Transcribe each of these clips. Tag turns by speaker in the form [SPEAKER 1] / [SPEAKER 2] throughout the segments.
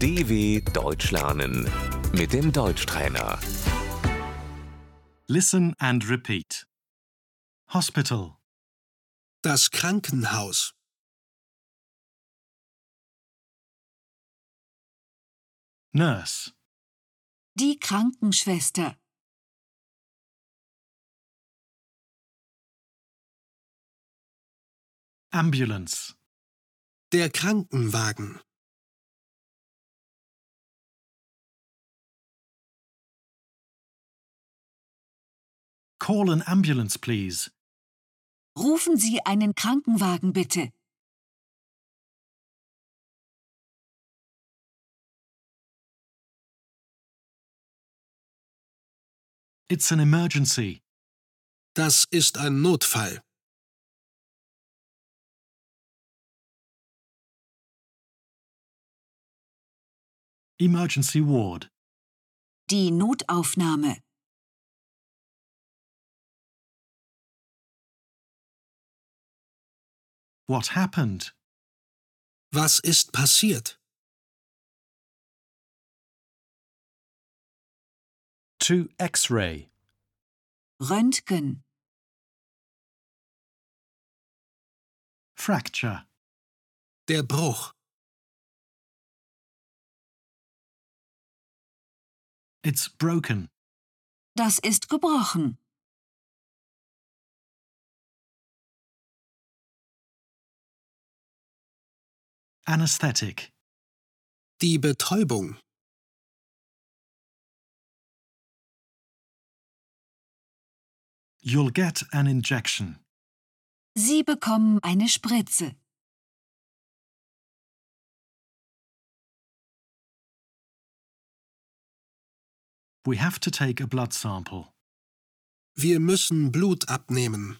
[SPEAKER 1] DW Deutsch lernen mit dem Deutschtrainer.
[SPEAKER 2] Listen and repeat. Hospital.
[SPEAKER 3] Das Krankenhaus.
[SPEAKER 2] Nurse.
[SPEAKER 4] Die Krankenschwester.
[SPEAKER 2] Ambulance.
[SPEAKER 3] Der Krankenwagen.
[SPEAKER 2] Call an ambulance, please.
[SPEAKER 4] Rufen Sie einen Krankenwagen bitte.
[SPEAKER 2] It's an emergency.
[SPEAKER 3] Das ist ein Notfall.
[SPEAKER 2] Emergency ward.
[SPEAKER 4] Die Notaufnahme.
[SPEAKER 2] What happened?
[SPEAKER 3] Was ist passiert?
[SPEAKER 2] To X ray.
[SPEAKER 4] Röntgen.
[SPEAKER 2] Fracture.
[SPEAKER 3] Der Bruch.
[SPEAKER 2] It's broken.
[SPEAKER 4] Das ist gebrochen.
[SPEAKER 2] Anesthetic.
[SPEAKER 3] Die Betäubung.
[SPEAKER 2] You'll get an injection.
[SPEAKER 4] Sie bekommen eine Spritze.
[SPEAKER 2] We have to take a blood sample.
[SPEAKER 3] Wir müssen Blut abnehmen.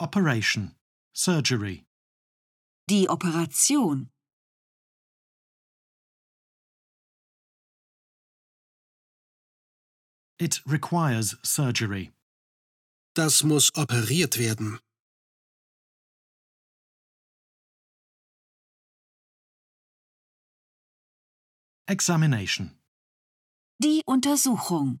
[SPEAKER 2] Operation. Surgery.
[SPEAKER 4] Die Operation.
[SPEAKER 2] It requires surgery.
[SPEAKER 3] Das muss operiert werden.
[SPEAKER 2] Examination.
[SPEAKER 4] Die Untersuchung.